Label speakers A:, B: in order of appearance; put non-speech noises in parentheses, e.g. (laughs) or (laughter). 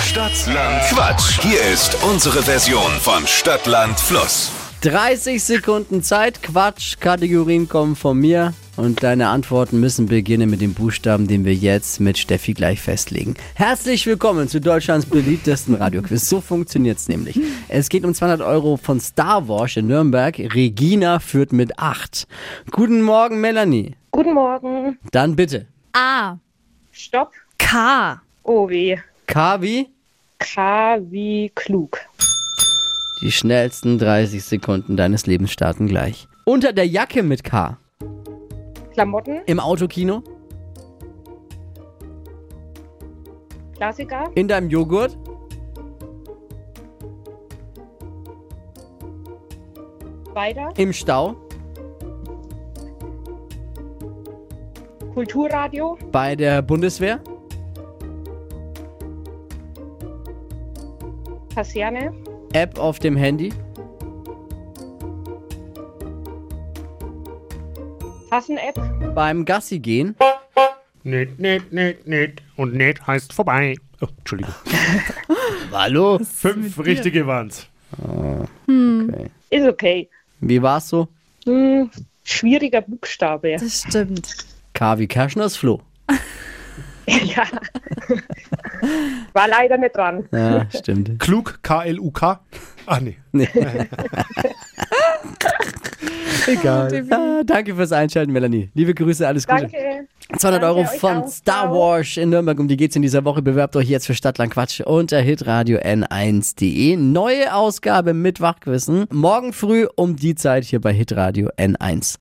A: Stadtland Quatsch. Hier ist unsere Version von Stadtland Fluss.
B: 30 Sekunden Zeit, Quatsch, Kategorien kommen von mir und deine Antworten müssen beginnen mit dem Buchstaben, den wir jetzt mit Steffi gleich festlegen. Herzlich willkommen zu Deutschlands beliebtesten Radioquiz. So funktioniert's nämlich. Es geht um 200 Euro von Star Wars in Nürnberg. Regina führt mit 8. Guten Morgen, Melanie.
C: Guten Morgen.
B: Dann bitte.
D: A.
C: Stopp.
D: K.
C: Oh weh.
B: Kavi,
C: K wie klug.
B: die schnellsten 30 Sekunden deines Lebens starten gleich. Unter der Jacke mit K.
C: Klamotten.
B: Im Autokino,
C: Klassiker.
B: in deinem Joghurt,
C: Weiter.
B: im Stau,
C: Kulturradio.
B: bei der Bundeswehr,
C: Kaserne.
B: App auf dem Handy,
C: Tassen-App.
B: beim Gassi gehen.
E: Nett, nett, nett, nett. Und nett heißt vorbei. Oh, Entschuldigung.
B: Hallo.
E: Fünf richtige waren's.
C: Ist okay.
B: Wie war's so?
C: Hm, schwieriger Buchstabe. (laughs)
D: Das stimmt.
B: K wie Kerschners Flo.
C: ja. War leider nicht dran.
E: (laughs)
B: Ja, stimmt.
E: Klug, K-L-U-K. Ah, nee. (laughs) Egal.
B: Ah, danke fürs Einschalten, Melanie. Liebe Grüße, alles Gute.
C: Danke.
B: 200 Euro
C: Danke euch
B: von
C: auch.
B: Star
C: Ciao.
B: Wars in Nürnberg. Um die geht's in dieser Woche. Bewerbt euch jetzt für Stadtland Quatsch unter hitradio n1.de. Neue Ausgabe mit Wachquissen. Morgen früh um die Zeit hier bei hitradio n1.